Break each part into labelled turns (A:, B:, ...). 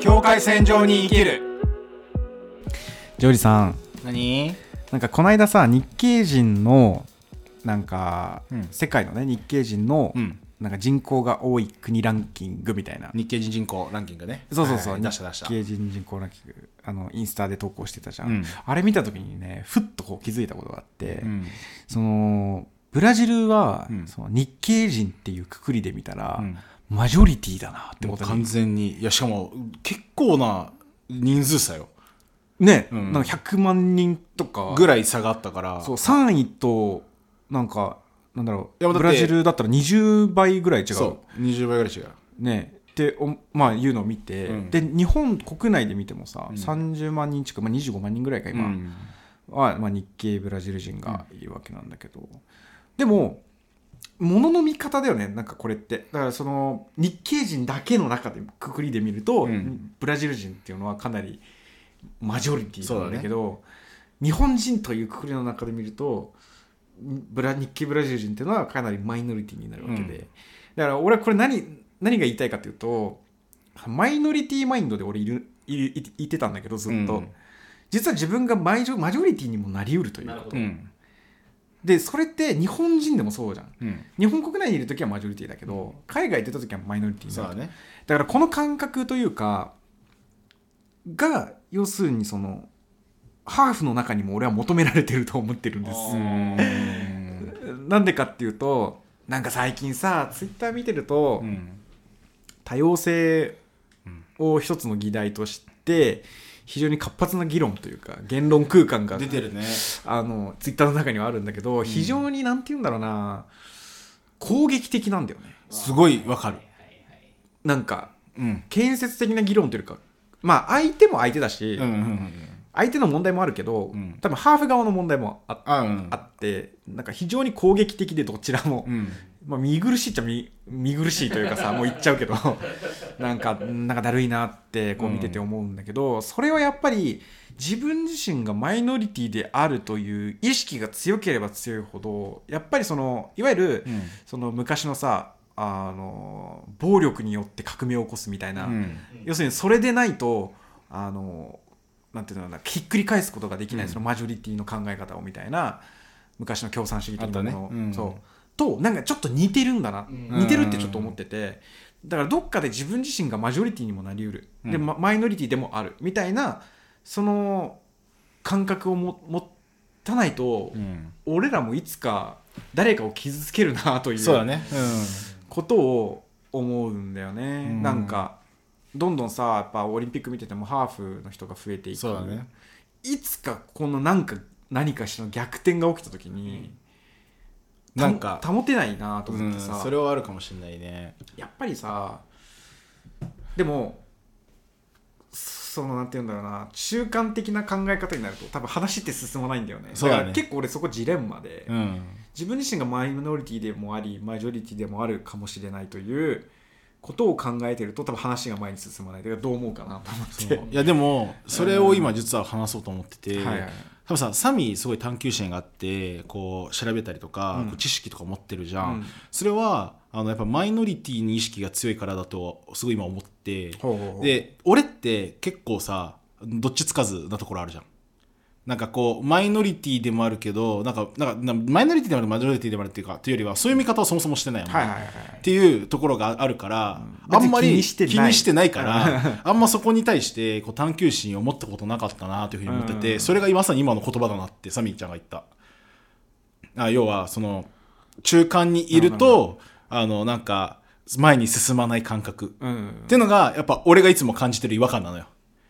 A: 境界線上に生きる
B: ジョージさん
A: 何
B: なんかこの間さ日系人のなんか、
A: うん
B: 世界のね日系人の、
A: うん
B: なんか人口が多い国ランキングみたいな
A: 日系人人口ランキングね
B: そうそうそう、
A: はい出した出した
B: 日系人人口ランキングあのインスタで投稿してたじゃん、
A: うん
B: あれ見た時にねふっとこう気づいたことがあって、
A: うん
B: そのブラジルは、
A: うん
B: その日系人っていうくくりで見たら、
A: うん
B: マジョリティだなって
A: も
B: こ
A: う
B: と
A: 完
B: に
A: 全にいやしかも結構な人数差よ
B: ね、
A: うん
B: なんか100万人とか
A: ぐらい差があったから
B: そう3位となんかなんだろ
A: いや
B: う
A: だって
B: ブラジルだったら20倍ぐらい違う
A: そう20倍ぐらい違う
B: ねっておまあいうのを見て、
A: うん
B: で日本国内で見てもさ、
A: うん
B: 30万人近く、まあ、25万人ぐらいか今、
A: うん
B: は、まあ、日系ブラジル人がいるわけなんだけど、でもものの見方だよねなんかこれってだからその日系人だけの中でくくりで見ると、
A: うん
B: ブラジル人っていうのはかなりマジョリティ
A: そう
B: な
A: だ
B: ん
A: ね
B: だけど日本人というくくりの中で見るとブラ日系ブラジル人っていうのはかなりマイノリティになるわけで、
A: うん
B: だから俺はこれ何何が言いたいかというとマイノリティマインドで俺いるいいいてたんだけどずっと。
A: うん
B: 実は自分がマイジョマジョリティにもなりうるということ、
A: うん
B: でそれって日本人でもそうじゃん
A: うん
B: 日本国内にいる時はマジョリティだけど、海外出た時はマイノリティに
A: そう
B: な
A: だ
B: る
A: ね
B: だからこの感覚というかが要するにそのハーフの中にも俺は求められてると思ってるんです
A: うん
B: なんでかっていうとなんか最近さツイッター見てると、
A: うん
B: 多様性を一つの議題として非常に活発な議論というか言論空間が
A: 出てるね
B: あのツイッターの中にはあるんだけど非常になんて言うんだろうな、攻撃的なんだよね
A: すごいわかる
B: なんか
A: うん
B: 建設的な議論というかまあ相手も相手だし、
A: うんうんうん
B: 相手の問題もあるけど、
A: うん
B: 多分ハーフ側の問題もあ
A: あうん
B: あってなんか非常に攻撃的でどちらも、
A: うん
B: まあ、見苦しいっちゃ見見苦しいというかさもう言っちゃうけどなんかなんかだるいなってこう見てて思うんだけど、それはやっぱり自分自身がマイノリティであるという意識が強ければ強いほどやっぱりそのいわゆる、
A: うん
B: その昔のさあの暴力によって革命を起こすみたいな、
A: うん
B: 要するにそれでないとあのなんていうのかなひっくり返すことができない、
A: うん
B: そのマジョリティの考え方をみたいな昔の共産主義的なもの
A: あったねうん
B: そうとなんかちょっと似てるんだな、
C: うん
B: 似てるってちょっと思っててだからどっかで自分自身がマジョリティにもなりうる、で
A: うん
B: まマイノリティでもあるみたいなその感覚をも持たないと、
A: うん
B: 俺らもいつか誰かを傷つけるなという
A: そうだね
B: ことを思うんだよね、
A: うん
B: なんかどんどんさやっぱオリンピック見ててもハーフの人が増えて
A: う
B: い
A: ん
B: く
A: そうだね
B: いつかこのなんか何かしらの逆転が起きた時に、た
A: なんか
B: 保てないなと
A: う
B: 思っ
A: ん
B: てさ、
A: それはあるかもしれないね
B: やっぱりさでもそのなんて言うんだろうな中間的な考え方になると多分話って進まないんだよね
A: そうだね
B: から結構俺そこジレンマで、
A: うん
B: 自分自身がマイノリティでもありマジョリティでもあるかもしれないということを考えてると多分話が前に進まないだからどう思うかなと思って
A: いやでもそれを今実は話そうと思ってて、
B: はいはい
A: 多分さサミーすごい探求心があってこう調べたりとか、
B: うん
A: こう知識とか持ってるじゃん、
B: うん
A: それはあのやっぱマイノリティに意識が強いからだとすごい今思って
B: ほうほうほう
A: で俺って結構さどっちつかずなところあるじゃんなんかこうマイノリティでもあるけどなんかなんかマイノリティでもあるマジョリティでもあるっていうかというよりはそういう見方をそもそもしてないもんね
B: はいはいはい
A: っていうところがあるから、
B: うん
A: あんまり
B: 別
A: 気
B: に気
A: に
B: に
A: し
B: してない
A: てないか ら、あんまそこに対してこう探求心を持ったことなかったなというふうに思ってて、
B: うん
A: それがまさに今の言葉だなってサミーちゃんが言った。あ要は、その、中間にいる
B: なる
A: と、あの、なんか、前に進まない感覚。っ
B: うん
A: ていうのが、やっぱ俺がいつも感じてる違和感なのよ。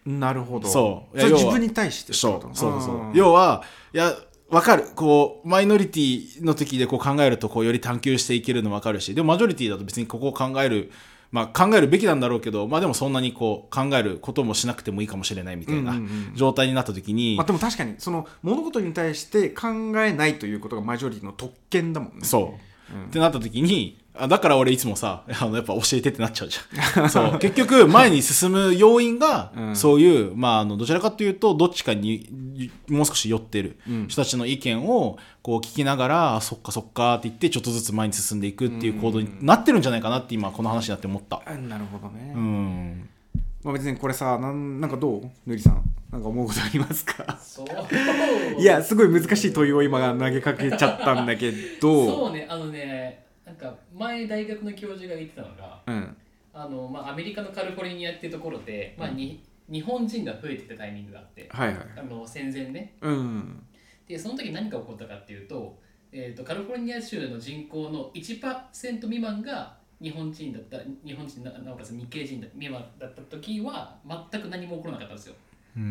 B: なるほど
A: そういや
B: それ
A: 要は
B: 自分に対してって
A: そ
B: こ
A: う
B: と
A: そうそう、
B: ん
A: 要は、いや、わかる。こう、マイノリティの時でこう考えると、こう、より探求していけるのわかるし、でもマジョリティだと別にここを考える、まあ考えるべきなんだろうけど、まあでもそんなにこう、考えることもしなくてもいいかもしれないみたいな
B: うんうんうん
A: 状態になった時に、
B: まあ、でも確かにその物事に対して考えないということがマジョリティの特権だもんね
A: そう、ってなった時にあだから俺いつもさあのやっぱ教えてってなっちゃうじ ゃんそう結局前に進む要因が、
B: うん
A: そういう、まあ、あのどちらかというとどっちかにもう少し寄ってる
B: うん
A: 人たちの意見をこう聞きながら、あそっかそっかって言ってちょっとずつ前に進んでいくっていう行動になってるんじゃないかなって今この話になって思った。
B: あなるほどね、
A: うん
B: まあ、別にこれさなんなんかどうぬりさんなんか思うことありますか
C: そう
B: いやすごい難しい問いを今投げかけちゃったんだけど
C: そうねあのねなんか前大学の教授が言ってたのが
B: うん
C: あの、まあ、アメリカのカリフォルニアっていうところで、まあ、に日本人が増えてたタイミングがあって
B: はいはい
C: あの戦前ね
B: うん
C: でその時何が起こったかっていうと,、えー、とカリフォルニア州の人口の1%未満が日本人だった日本人ななおかつ日系人だ未満だった時は全く何も起こらなかったんですよ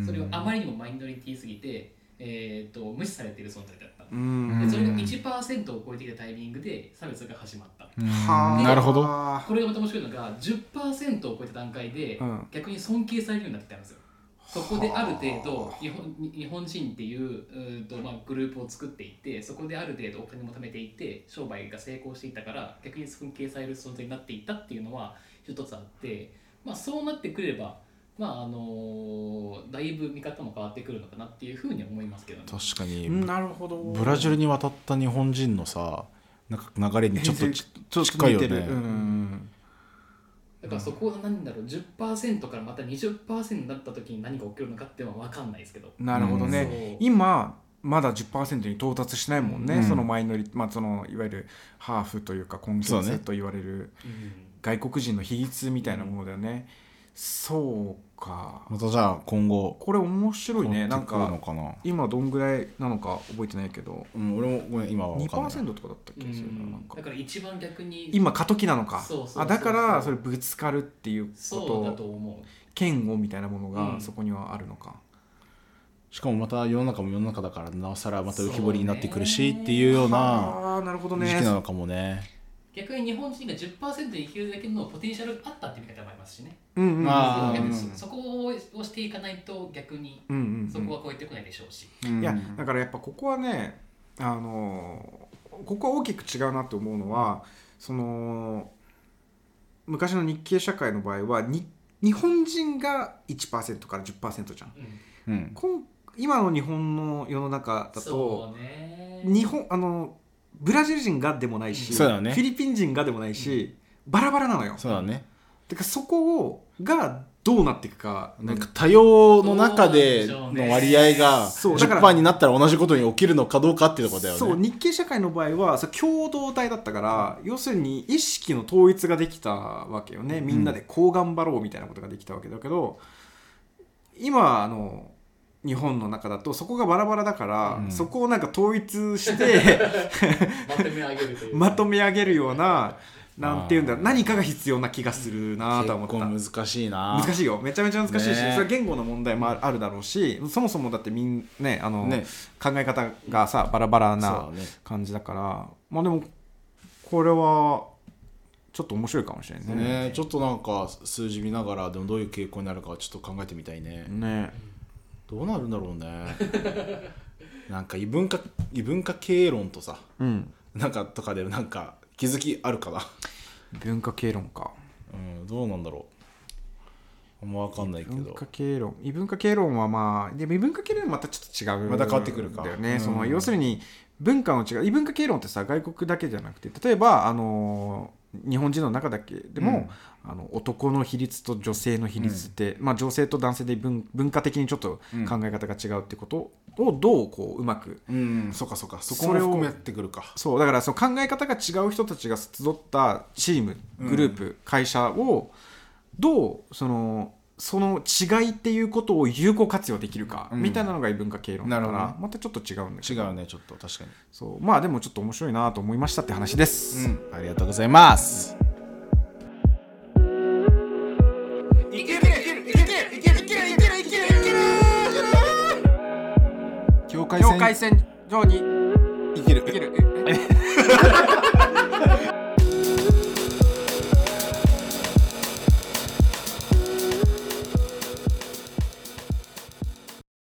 C: それはあまりにもマイノリティすぎて、えー、と無視されている存在だった
B: う
C: で
B: ん
C: それが1%を超えてきたタイミングで差別が始まった
B: はあ
A: なるほど
B: は
C: これがまた面白いのが10%を超えた段階で
B: うん
C: 逆に尊敬されるようになってきたんですよそこである程度日本日本人っていううーんと、まあ、グループを作っていってそこである程度お金も貯めていって商売が成功していったから逆に尊敬される存在になっていったっていうのは一つあって、まあ、そうなってくれば、まああのーだいぶ見方も変わってくるのかなっていうふうには思いますけどね。
A: 確かに、
B: うんなるほど
A: ブラジルに渡った日本人のさなんか流れにちょっと
B: 偏
A: ち
B: 西ちょっと
A: 近いよね
B: 似てるうん
C: だからそこは何だろう10%からまた20%になった時に何が起きるのかっていうのは分かんないですけど。
B: なるほどね、
C: そう
B: 今まだ10%に到達しないもんね、
A: うん
B: そのマイノリまあそのいわゆるハーフというか根
A: そうね
B: 血と言われる
C: うん
B: 外国人の比率みたいなものだよね、そうか
A: またじゃあ今後
B: これ面白いねなん
A: 変わって
B: か
A: くるのかな
B: 今どんぐらいなのか覚えてないけど
A: うん、俺もごめん今は分かんない
B: 2%とかだったっけそういうのなんか
C: だから一番逆に
B: 今過渡期なのか
C: そうそうそう
B: あだからそれぶつかるっていうこ
C: そうだと
B: と
C: 思
B: 嫌悪みたいなもの
C: う
B: が
C: ん
B: そこにはあるのか、
A: しかもまた世の中も世の中だからなおさらまた浮き彫りになってくる
C: そ
A: し
C: うね
A: っていうような
B: ああなるほど
A: 時期
B: ね
A: なのかもね
C: う逆に日本人が10%いけるだけのポテンシャルがあったっていう見方もありますしね
B: うんうん
A: あー
C: そう
B: うん
C: そそこをしていかないと逆に
B: うんうんうん
C: そこは超えてこないでしょうし、
B: いやだ
A: か
B: からやっぱここはねあのーここは大きく違うなと思うのはその昔の日系社会の場合はに日本人が1%から10%じゃん
C: うん
A: うん
B: こん今の日本の世の中だと
C: そうね
B: 日本あのブラジル人がでもないし、
A: そう
B: フ
A: だね
B: ィリピン人がでもないし、バラバラなのよ
A: そうだね
B: てかそこをがどうなっていくか
A: なんか多様の中で
C: そうなん
A: の
C: でしょうね
A: 割合が
B: そうだから
A: 10%になったら同じことに起きるのかどうかっていうところだよね
B: そう日系社会の場合はそう共同体だったから要するに意識の統一ができたわけよねみんなでこう頑張ろうみたいなことができたわけだけど、今あの日本の中だとそこがバラバラだから、
A: うん
B: そこをなんか統一して
C: まとめ上げるとい う
B: まとめ上げるようななんていうんだ
A: あー
B: 何かが必要な気がするなとは思った。
A: 結構難しいな
B: 難しいよめちゃめちゃ難しいし、
A: ね
B: それは言語の問題もあるあるだろうしそもそもだってみんねあの
A: ね
B: 考え方がさバラバラ
A: そう
B: な
A: だね
B: 感じだからまあでもこれはちょっと面白いかもしれないね。
A: ねちょっとなんか数字見ながらでもどういう傾向になるかはちょっと考えてみたいね、
B: ね
A: どうなるんだろうねなんか異文化異文化経営論とさ
B: うん、
A: なんかとかでなんか気づきあるかな、
B: 文化経論か
A: うん、どうなんだろうあんま分かんないけ
B: 文
A: ど
B: 化経論異文化経論はまあでも異文化経論はまたちょっと違う
A: また変わってくるか
B: だよね、
A: うん
B: その要するに文化の違い異文化経論ってさ外国だけじゃなくて例えばあの日本人の中だけでも、あの男の比率と女性の比率って、まあ、女性と男性で文文化的にちょっと考え方が違うってことをどうこううまく
A: うんそうかそうかそこ
B: そ
A: も
B: れを
A: 含めてくるか
B: そうだからその考え方が違う人たちが集ったチームグループ、会社をどうそのその違いっていうことを有効活用できるか、
A: うん
B: みたいなのが異文化経論だか
A: なるほ
B: ら
A: ど
B: またちょっと違うんだけ
A: 違
B: ど
A: うねちょっと確か
B: そうまあでもちょっと面白いなと思いましたって話です、
A: に、うん、ありがとうございます、
B: いけるいけるいけるいけるいけるいけるいけるいける
A: 境界
B: 境界線上に
A: 生きる
B: いける